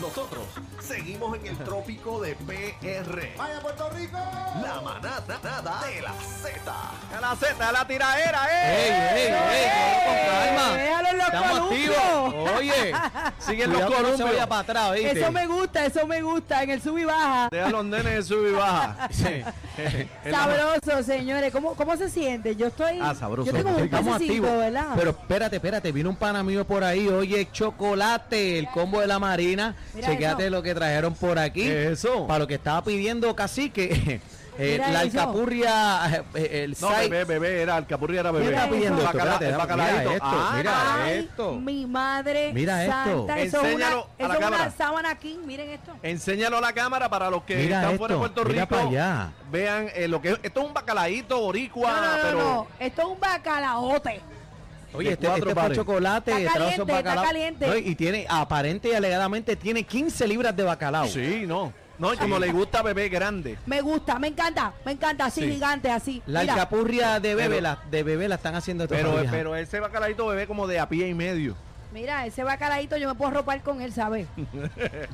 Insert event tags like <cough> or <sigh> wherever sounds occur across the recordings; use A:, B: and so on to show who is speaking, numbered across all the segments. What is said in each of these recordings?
A: Nosotros seguimos en el trópico de PR.
B: ¡Vaya Puerto Rico!
A: La manada nada de la Z.
C: A la Z, a la tiradera,
D: ¡Ey,
C: eh.
D: ey, ey! ey, con calma!
E: déjalo en los
D: ¡Estamos
E: columpios.
D: activos!
E: <laughs>
D: ¡Oye!
C: Siguen los
D: cuidado que no se
C: columpios.
D: vaya para atrás, ¿viste?
E: Eso me gusta, eso me gusta, en el sub y baja.
C: Deja a los nenes de sub
E: <laughs>
C: y baja.
D: Sí.
C: En la-
E: Sabroso, señores. ¿Cómo, ¿Cómo se siente? Yo estoy.
C: Ah, sabroso.
E: Yo tengo un
D: Estamos
E: pasecito,
D: activos.
E: ¿verdad?
D: Pero espérate, espérate. Vino un pana mío por ahí. Oye, chocolate. El combo de la Marina.
E: Mira
D: Chequéate
E: eso.
D: lo que trajeron por aquí.
C: ¿Qué es eso?
D: Para lo que estaba pidiendo Cacique. <laughs> eh,
E: Mira
D: la
E: eso.
D: alcapurria. eh, el
C: No,
D: side-
C: bebé, bebé, era el capurri era bebé.
D: ¿Qué está pidiendo
C: El
D: esto?
C: bacala-
D: Espérate,
C: el
D: dame-
C: bacaladito.
D: Mira esto,
C: Ah,
D: mira
E: Ay,
D: esto.
E: Mi madre.
D: Mira esto.
E: santa, Eso es una,
C: Enséñalo a la
E: eso es una
C: cámara.
E: sábana king. Miren esto.
C: Enséñalo a la cámara para los que
D: Mira
C: están fuera de
D: esto,
C: Puerto
D: mira
C: Rico.
D: para allá.
C: Vean eh, lo que es. Esto es un bacaladito boricua,
E: no, no, no,
C: pero.
E: no. Esto es un bacalaote.
D: Oye,
C: de
D: este,
C: cuatro
D: este fue
C: pares.
D: chocolate,
E: Está
D: trazo de
E: caliente, está
D: bacalao.
E: caliente.
D: No, y tiene, aparente y alegadamente, tiene 15 libras de bacalao.
C: Sí, no. No, y como le gusta a bebé grande.
E: Me gusta, me encanta, me encanta. Así
C: Sí.
E: gigante, así.
D: La
E: Mira.
D: alcapurria de bebé,
C: Pero-
D: la, de bebé la están haciendo estos
C: Pero,
D: días.
C: pero ese bacaladito bebé como de a pie y medio.
E: Mira, ese bacalaíto yo me puedo ropar con él,
C: <laughs>
E: ¿sabes?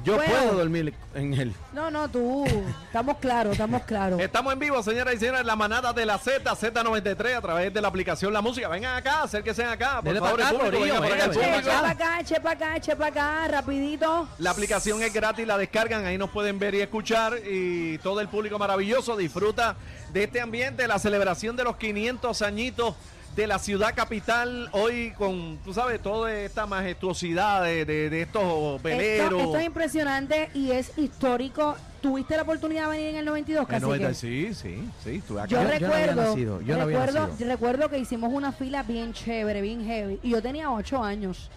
D: Yo
E: bueno.
D: puedo dormir en él.
E: No, no, tú. Estamos claros, estamos claros.
C: Estamos en vivo, señoras y señores, la manada de la Z, Z93, a través de la aplicación La Música. Vengan acá, acérquense acá, por
D: Dele
C: favor,
D: pa' acá,
C: el público,
D: Corillo,
C: venga por acá, el
D: venga,
E: Che,
D: venga
C: público.
E: Chepa acá, chepa acá, chepa acá, rapidito.
C: La aplicación es gratis, la descargan, ahí nos pueden ver y escuchar y todo el público maravilloso disfruta de este ambiente, la celebración de los 500 añitos de la ciudad capital hoy con, tú sabes, toda esta majestuosidad de, de- de estos
E: Esto,
C: veleros.
E: esto es impresionante y es histórico. ¿Tuviste la oportunidad de venir en el 92,
C: Eh,
E: casi
C: no, sí, sí, sí, estuve acá.
D: Yo- yo
E: Yo,
D: no había
E: recuerdo,
D: nacido, yo no había
E: recuerdo,
D: nacido.
E: recuerdo que hicimos una fila bien chévere, bien heavy, y yo tenía ocho años.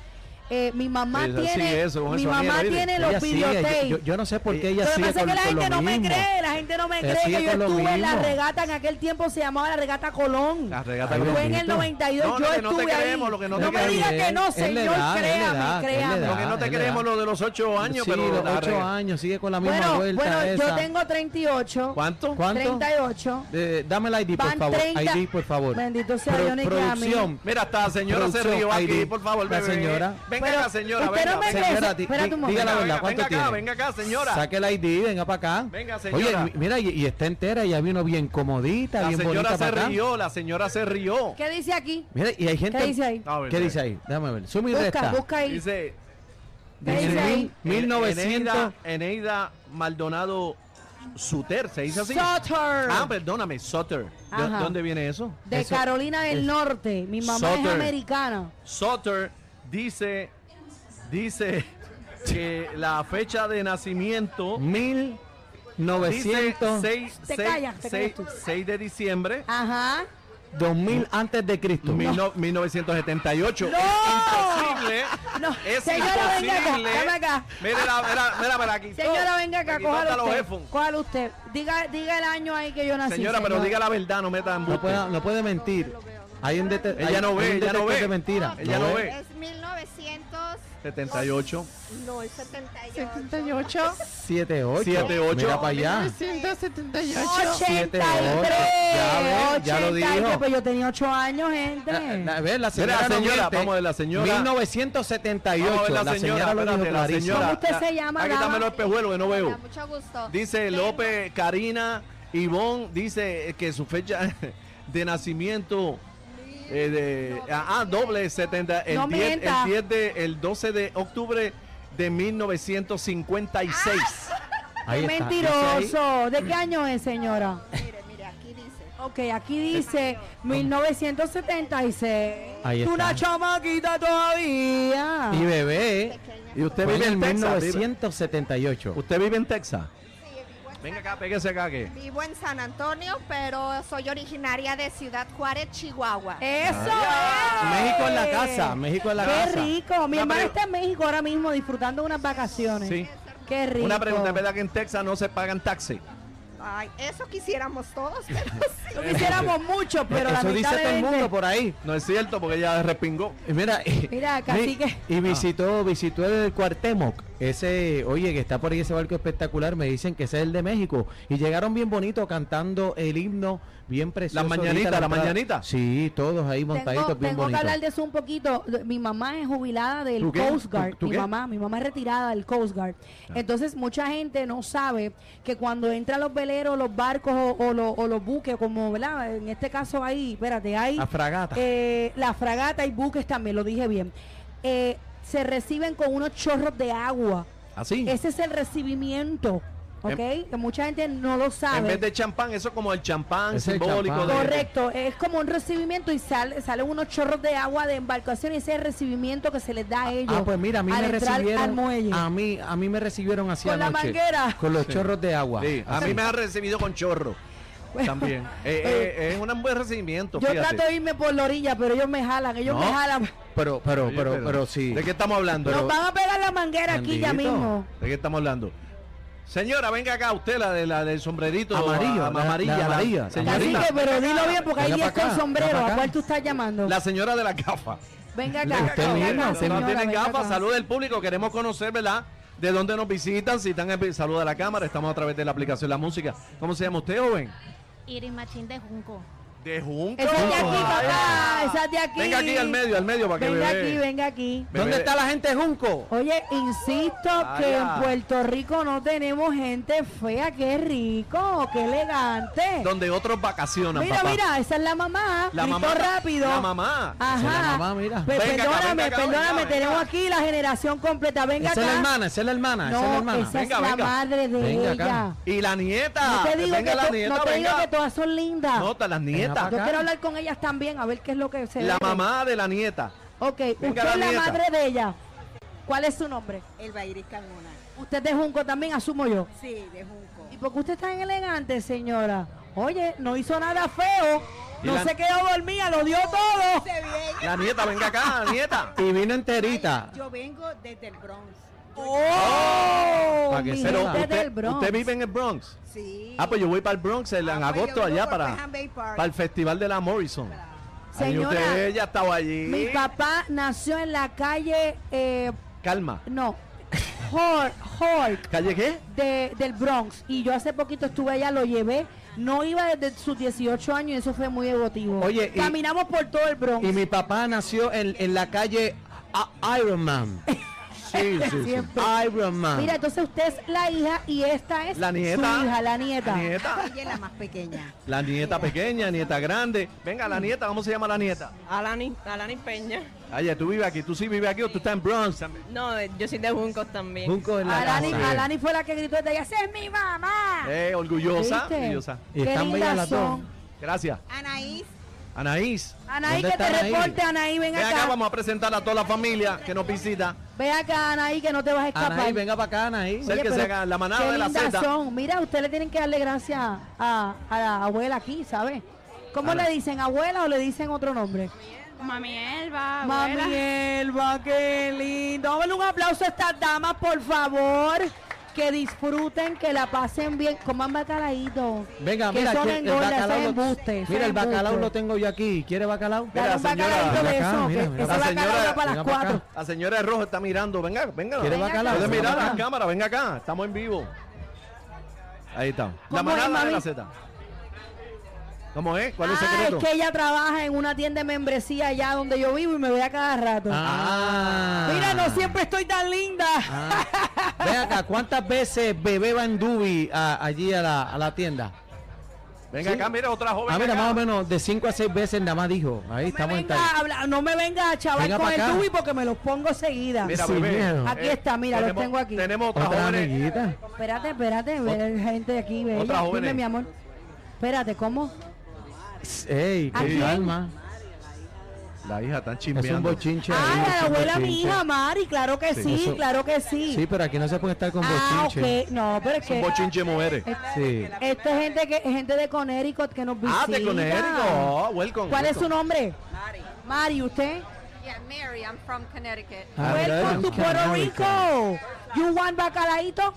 E: Eh, mi mamá
C: Ella sigue
E: tiene,
C: eso, con
E: mi
C: esa mierda,
E: mamá
C: ¿viste?
E: tiene los
D: Ella sigue, yo-
E: videotapes.
D: yo, yo no sé por qué
E: Lo
D: ella
E: que
D: sigue
E: pasa es
D: con,
E: que la
D: con
E: gente
D: lo
E: no me
D: mismo.
E: cree, la gente no me
D: Ella
E: cree
D: sigue
E: que yo
D: con lo
E: estuve en la
D: mismo.
E: regata, en aquel tiempo se llamaba la regata Colón.
C: La regata
D: Ay,
C: Colón.
E: Fue en el
D: bendito.
E: 92,
C: No,
E: yo
C: lo que no te
E: estuve
C: creemos,
E: ahí.
C: lo que no
E: no
C: te
E: me digas
D: creemos.
E: que no,
D: Es la
E: señor,
D: edad, es la edad,
E: créame,
D: es la
E: créame.
D: edad.
C: Lo que no te
D: Dale,
C: queremos
D: dale.
C: lo de los ocho años,
D: ah. Sí,
C: pero
D: los
C: la
D: ocho
C: regla-
D: años, sigue con la misma
E: Bueno,
D: vuelta
E: bueno, yo
D: esa.
E: tengo 38.
C: ¿Cuánto?
D: ¿Cuánto?
E: 38.
D: Eh, dame la ID, por
E: Van
D: favor.
E: 30.
D: ID, por favor.
E: Bendito sea Dios, ni que a mí.
D: producción.
C: Mira, hasta la señora se
D: Producción,
C: rió aquí,
D: ID.
C: por favor,
D: La
C: bebé.
D: señora.
C: Venga
E: Pero
C: acá, señora,
E: usted
C: venga.
E: no me
C: venga.
E: cree.
D: Señora,
E: Espérate,
D: di-
E: espérate
D: di-
E: un momento.
D: diga la
C: Venga,
D: verdad,
C: venga,
D: ¿cuánto
C: venga
D: tiene?
C: acá, venga acá, señora.
D: Saque la ID, venga para acá.
C: Venga, señora.
D: Oye, mi- mira, y, y está entera, ya vino bien comodita,
C: La
D: bien
C: señora
D: bonita
C: se
D: para acá.
C: rió, la señora se rió.
E: ¿Qué dice aquí?
D: Mira, y hay gente...
E: ¿Qué dice ahí?
C: A ver,
D: ¿Qué
C: a ver.
D: dice ahí? Déjame ver. Suma y
E: Busca,
D: resta.
E: busca ahí.
C: Dice.
E: ¿Qué dice
D: Mil-
E: ahí?
D: 1900...
C: Eneida, Eneida Maldonado Suter, ¿se dice así?
E: Sutter.
C: Ah, perdóname, Sutter. ¿De-
E: Ajá.
C: ¿Dónde viene eso?
E: de
D: Eso-
E: Carolina del Norte. Mi mamá es
C: Sutter.
E: americana.
C: Sutter dice. Dice que la fecha de nacimiento.
D: 1900...
C: 6,
E: Te callas, te callas tú.
C: de diciembre
D: Ah,
E: Ajá.
D: 2000 antes de Cristo.
C: mil no- 1978.
E: ¡No!
C: Es imposible.
E: No.
C: Es
E: Señora, venga acá,
C: imposible.
E: dame acá.
C: Mira, mira, mira, mira, aquí.
E: Señora, venga acá,
C: Aquí está
E: cójalo
C: los
E: usted.
C: headphones.
E: Cójalo usted. Diga, diga el año ahí que yo nací.
C: Señora, pero
E: señor.
C: diga la verdad, no meta
D: No
C: embuste.
D: puede, no puede mentir. Hay un dete-
C: Ella
D: hay-
C: no ve,
D: hay un
C: ella no
D: detector
C: ve.
D: de mentira.
C: Ella no ve.
F: Es 1900.
C: 78.
F: No, es 78.
E: 78.
D: 78.
C: 78.
D: Mira para allá.
E: 83.
D: Ya ves, ya lo
E: 83,
D: dijo.
E: Pues yo tenía 8 años, gente.
D: La, la- ve, la señora,
C: Mira,
D: no
C: señora,
D: miente.
C: vamos a ver la señora. Vamos
D: 1978.
C: a ver
D: la,
C: la
D: señora,
C: señora,
D: lo dijo
C: espérate, la
D: clarísimo.
C: señora.
E: ¿Cómo usted se llama,
C: Aquí
E: dama?
C: dame los espejuelos que no veo.
F: Mucho gusto.
C: Dice
F: Tengo-
C: López, Karina, Ivonne, dice que su fecha <laughs> de nacimiento eh, de, ah, ah, doble 70, el,
E: No
C: 10,
E: mienta.
C: el 10 de, el 12 de octubre de 1956.
E: Ah.
D: Ahí
E: Qué
D: está. Dice ahí,
E: mentiroso. ¿De qué año es, señora?
F: Mire, mire, aquí dice.
E: Ok, aquí dice 1976.
D: Ahí
E: Tú
D: está.
E: una chamaquita todavía.
D: Y bebé.
F: Pequeña.
C: ¿Y usted
D: Fue en
C: vive
D: el
C: en Texas?
D: 1978.
C: ¿Usted vive en Texas?
F: Sí, vivo en,
C: Venga
F: San,
C: acá, pégase acá que.
F: vivo en San Antonio, pero soy originaria de Ciudad Juárez, Chihuahua.
G: Eh.
E: Eso es.
D: México en la casa. México en la
E: Qué
D: casa.
E: rico. Mi
C: Una
E: hermana
C: pre-
E: está en México ahora mismo disfrutando unas vacaciones.
C: Sí.
E: Qué rico.
C: Una pregunta, ¿es verdad que en Texas no se pagan taxis?
F: Ay, eso quisiéramos todos,
C: <laughs>
F: pero sí.
E: Lo quisiéramos mucho, pero la
D: Eso dice
E: mitad
D: todo el mundo por ahí.
C: No es cierto, porque ella respingó.
D: Y Mira, y, <laughs>
E: Mira, cacique.
D: y
C: Ah.
D: y visitó, visitó el Cuartemoc. Ese, oye, que está por ahí ese barco espectacular, me dicen que ese es el de México. Y llegaron bien bonito cantando el himno, bien precioso.
C: Las mañanitas,
D: Ahorita
C: las
D: entrada-
C: mañanitas.
D: Sí, todos ahí montaditos,
E: Tengo,
D: bien
E: tengo que
D: bonitos.
E: hablar de eso un poquito. Mi mamá es jubilada del
C: ¿Tú qué?
E: Coast Guard.
C: ¿Tú- tú
E: mi
C: qué? Ah.
E: mamá, mi mamá es retirada del Coast Guard. Entonces, mucha gente no sabe que cuando entran los veleros, los barcos o, o lo- o los buques, como, ¿verdad? En este caso ahí, espérate, hay...
D: A fragata.
E: eh, la fragata y buques también, lo dije bien. Eh, se reciben con unos chorros de agua.
C: Así.
E: Ese es el recibimiento, ¿ok? que mucha gente no lo sabe.
C: Em- En vez de champán, eso es como el champán
D: Es el
C: simbólico
D: champán.
C: de.
E: Correcto, es como un recibimiento y sale, salen unos chorros de agua de embarcación y ese es el recibimiento que se les da a ellos.
D: Ah, pues mira, a mí
E: al
D: me
E: entrar al
D: recibieron. Ah,
E: muelle. <laughs>
D: A mí, a mí me recibieron así
E: Con la
D: anoche,
E: manguera.
D: Con los chorros de agua.
C: Sí, a
D: Así.
C: mí me han recibido con chorro.
E: Bueno,
C: También. Eh, eh, es un buen recibimiento.
E: Yo
C: fíjate.
E: trato de irme por la orilla, pero ellos me jalan, ellos
C: No.
D: <laughs>
E: me jalan.
D: Pero, pero,
C: Oye,
D: pero, pero, sí.
C: ¿De qué estamos hablando?
E: Nos van a pegar la manguera aquí ya
D: Bendito.
E: mismo.
C: ¿De qué estamos hablando? Señora, venga acá usted, la, de, la del sombrerito
D: Amarillo,
C: a-
D: la-
C: amarilla,
D: la
C: la-
D: amarilla.
E: Así
C: señorita,
E: que, pero dilo bien porque hay
D: Venga
E: 10
D: pa'
E: con
D: acá,
E: sombrero.
D: venga pa'
E: ¿A cuál
D: acá.
E: tú estás llamando?
C: la señora de la gafa.
E: Venga acá.
D: Usted
E: venga
D: mismo,
E: acá,
D: usted
E: señora,
C: no tienen
E: venga
C: gafas,
E: acá.
C: salud del público, queremos conocer, ¿verdad? De dónde nos visitan, si están en salud a la cámara, estamos a través de la aplicación La Música. ¿Cómo se llama usted, joven?
B: Iris Machín de Junco.
C: De Junco.
E: Esa es de aquí, papá. Esa es de aquí.
C: Venga aquí al medio, al medio para que
E: Venga
C: bebé-
E: aquí, venga aquí.
C: bebé-
D: ¿Dónde está la gente de Junco?
E: Oye, insisto que
C: Ah, Vaya.
E: en Puerto Rico no tenemos gente fea. Qué rico, qué elegante.
C: Donde otros vacacionan,
E: Mira,
C: papá.
E: mira, esa es la mamá.
C: La
E: Gritó
C: mamá.
E: rápido.
C: La mamá.
E: Ajá.
D: Esa es la mamá, mira.
E: Pe-
C: Venga acá,
E: perdóname,
C: venga acá,
E: perdóname.
C: venga,
E: tenemos
C: venga.
E: aquí la generación completa. Venga
D: Esa es
E: acá.
D: la hermana, esa es la hermana, esa es la
E: No,
D: hermana.
E: esa
C: Venga,
E: es la
C: venga.
E: madre de
D: Venga acá.
E: ella.
C: Y la nieta.
E: No te digo,
C: venga
E: que,
C: la
E: to-
C: nieta,
E: no te digo
C: venga.
E: que todas son lindas.
C: No, está las nietas.
E: Yo
D: acá.
E: quiero hablar con ellas también, a ver qué es lo que se
C: La
E: ve.
C: mamá de la nieta.
E: Ok, usted
C: la
E: es la
C: nieta.
E: madre de ella. ¿Cuál es su nombre?
G: El Bairis Carmona.
E: Usted es de Junco también, asumo yo.
G: Sí, de Junco.
E: ¿Y por qué usted es tan elegante, señora? Oye, no hizo nada feo.
C: Y
E: No
C: la-
E: se quedó dormida, lo dio todo.
G: Se ve.
C: La nieta, venga acá, la nieta.
D: <laughs> Y vino enterita.
G: Yo vengo desde el Bronx.
E: ¡Oh!
D: Para que
E: mi
D: sepa.
E: gente
C: usted,
E: del Bronx.
C: usted vive en el Bronx.
G: Sí.
C: Ah, pues yo voy para el Bronx en, en
G: Ah, pues yo
C: agosto
G: vivo
C: allá
G: por
C: para,
G: Graham Bay Park.
C: para el Festival de la Morrison. Ahí
E: Señora,
C: usted ya estaba allí.
E: Mi papá nació en la calle, eh,
C: Calma.
E: no, Hor- Hork
C: ¿Calle qué?
E: de, del Bronx. Y yo hace poquito estuve allá, lo llevé. No iba desde sus 18 años y eso fue muy emotivo.
D: Oye, y-
E: Caminamos por todo el Bronx.
D: Y mi papá nació en, en la calle A- Iron
E: <laughs>
D: Man. Sí, sí, sí.
E: Siempre.
D: Iron Man.
E: Mira, entonces usted es la hija y esta es
C: La nieta.
E: su hija, la nieta.
C: La nieta.
G: Ella es la más pequeña.
C: La nieta pequeña, nieta grande. Venga, la nieta, ¿cómo se llama la nieta?
H: Alani, Alani Peña.
C: Oye, tú vives aquí, tú sí vives aquí o tú estás en Bronx. también?
H: No, eh, yo soy de Juncos también.
D: Junco en la
E: Alani,
D: casa.
E: Alani fue la que gritó desde allá, ¡Esa es mi mamá!
C: Eh, orgullosa.
E: ¿Viste?
C: orgullosa.
D: Y
E: Qué
D: están bellas
E: lindas
D: las dos.
E: son.
C: Gracias.
G: Anaís,
C: Anaís.
E: Anaí,
D: ¿Dónde
E: que te
D: está Anaí?
E: reporte, Anaí, ven
C: Ven acá,
E: acá.
C: vamos a presentar a toda la familia que nos visita.
E: Ven acá, Anaí, que no te vas a escapar.
D: Anaí, venga para acá, Anaí.
C: Sí. Ser que
E: pero
C: se haga la manada
E: qué
C: de la
E: lindas
C: Zeta.
E: son. Mira, ustedes le tienen que darle gracias a, a la abuela aquí, ¿sabes?
D: Ah,
E: ¿Cómo
C: Ana.
E: le dicen abuela o le dicen otro nombre?
B: Mami Elba,
E: Mami Elba, qué lindo. Dámosle un aplauso a estas damas, por favor. Que disfruten, que la pasen bien. Coman bacalaíto.
D: Venga,
E: que
D: mira,
E: son
D: que
E: engordas, eso es
D: lo-
E: embuste. eso
D: mira,
E: es
D: el bacalao
E: embuste.
D: lo tengo yo aquí. ¿Quiere bacalao?
E: Dale un
C: Mira, señora,
E: bacalaíto de
D: mira acá,
E: eso.
D: mira,
E: que
D: mira
E: ese
C: acá. La
E: bacalao
C: señora-
E: va para
D: mira
E: las
D: para acá.
E: cuatro.
C: La señora de rojo está mirando. Venga, venga.
D: ¿Quiere
E: Venga,
D: bacalao?
C: Puedes
E: Puede
C: mirar a la
D: Venga.
C: cámara, venga acá, estamos en vivo. Ahí está. La
E: ¿Cómo es,
C: manada de la
E: mami?
C: Z. ¿Cómo es? ¿Cuál es el
E: Ah,
C: secreto?
E: es que ella trabaja en una tienda de membresía allá donde yo vivo y me ve a cada rato.
D: Ah.
E: Mira, no
D: <laughs>
E: siempre estoy tan linda.
D: Ah. Ven acá, ¿cuántas veces bebé va en Dubi a- allí a la, a la tienda?
C: Venga
D: Sí.
C: acá, mira otra joven.
D: Ah, mira,
C: acá.
D: más o menos de 5 a 6 veces nada más dijo. Ahí
E: No me,
D: estamos en
E: venga
D: tal.
E: a hablar- no me venga a chaval
D: Venga
E: con
D: pa'
E: el
D: acá.
E: tubi porque me los pongo seguida.
C: Mira,
D: Sin
C: bebé. Eh,
D: miedo.
E: Aquí está, mira, los
C: tenemos,
E: tengo aquí.
C: Tenemos otras
D: Otra
E: eh.
C: jóvenes.
D: amiguita.
E: Espérate, espérate, ver gente aquí, bella.
C: otra joven
E: Dime,
C: ahí.
E: mi amor. Espérate, ¿cómo?
D: Ey,
E: ¿A
D: qué
E: quién?
D: calma.
C: La hija está
D: Es un
C: chimbeando.
D: bochinche.
E: Ah,
D: ahí, es
E: la
D: un
E: abuela mi
D: bochinche.
E: hija Mari, claro que sí,
D: Eso-
E: claro que sí.
D: Sí, pero aquí no se puede estar con
E: ah,
D: bochinche.
E: ok, no, pero es
C: Un
E: que
C: bochinche mujeres.
E: Eh,
D: Sí.
E: esta es gente que gente de Connecticut que nos visita.
C: Ah, te conérico. Oh, welcome.
E: ¿Cuál es su
C: welcome.
E: nombre? Mari, ¿usted?
F: Yeah, Mary, I'm from Connecticut.
D: Ah,
E: Welcome
D: mira,
E: to Puerto
D: Connecticut.
E: Rico. You want bacalaito?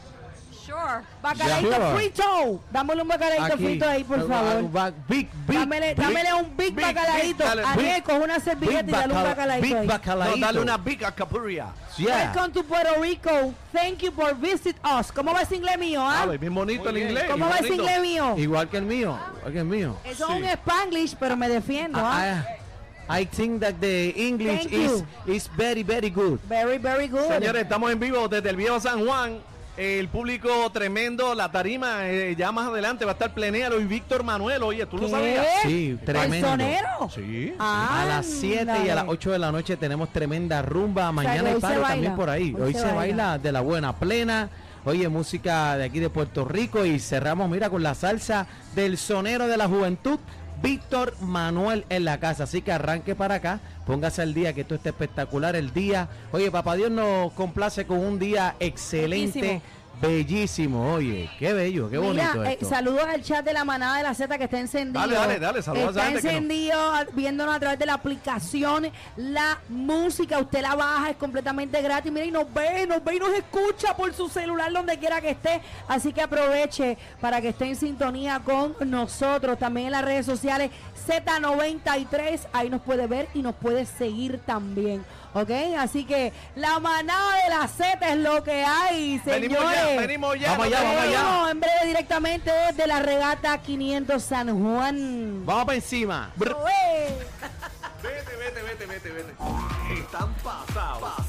F: Sure.
E: Bacalaito
D: Ya.
E: frito. Dámosle un bacalaito
D: Aquí.
E: frito ahí, por
D: Ah,
E: favor.
D: ba- Big, big,
E: Dámele,
D: big,
E: dámele un big,
C: big,
E: bacalaito.
C: big, dale,
E: Ariel,
D: big,
E: coge una servilleta y dale un
D: bacal-
E: bacalaito
D: big
E: ahí.
C: No,
D: bacalaíto.
C: dale una big acapuria.
D: Yeah.
E: Welcome to Puerto Rico. Thank you for visit us. ¿Cómo va ese inglés mío, ah?
C: A ver, bien bonito
D: Muy
C: el
D: bien.
C: inglés.
E: ¿Cómo
C: bien
E: va ese
C: bonito.
E: inglés mío?
D: Igual que el mío, igual que el mío.
E: Eso
C: Sí.
E: es un spanglish, pero me defiendo, ah.
D: I, I think that the English
E: Thank
D: is,
E: you.
D: is very, very good.
E: Very, very good.
C: Señores, estamos en vivo desde el viejo San Juan. El público tremendo, la tarima, eh, ya más adelante va a estar Plenero y Víctor Manuel. Oye, ¿tú lo
E: ¿Qué?
C: sabías?
D: Sí, tremendo.
E: ¿Personero?
C: Sí.
D: A las 7 y a las
E: Ándale.
D: 8 de la noche tenemos tremenda rumba.
E: sea, que
D: Mañana
E: hoy
D: hay
E: se
D: paro también
E: baila.
D: por ahí. Hoy, se, baila. de la buena plena. Oye, música de aquí de Puerto Rico y cerramos, mira, con la salsa del sonero de la juventud, Víctor Manuel en la casa. Así que arranque para acá, póngase al día que esto está espectacular el día. Oye, papá Dios nos complace con un día excelente, bellísimo. Oye, qué bello, qué bonito
E: Mira, eh,
D: esto.
E: saludos al chat de la manada de la Z que está encendido.
C: Dale, dale, dale, saludos a esa
E: Está
C: gente que no-
E: encendido, a- viéndonos a través de la aplicación, la música, usted la baja, es completamente gratis. Mira, y nos ve, nos ve y nos escucha por su celular donde quiera que esté. Así que aproveche para que esté en sintonía con nosotros. También en las redes sociales Z93, ahí nos puede ver y nos puede seguir también. ¿Ok? Así que la manada de la Z es lo que hay, señores.
C: Venimos ya, venimos ya.
D: Vamos
C: no
D: allá,
C: te
D: vamos allá.
C: muevas.
E: Bueno, en breve directamente desde la regata 500 San Juan. eh.
D: Vamos para encima.
E: ¡Oe!
A: Vete, vete, vete, vete, vete. Están pasados.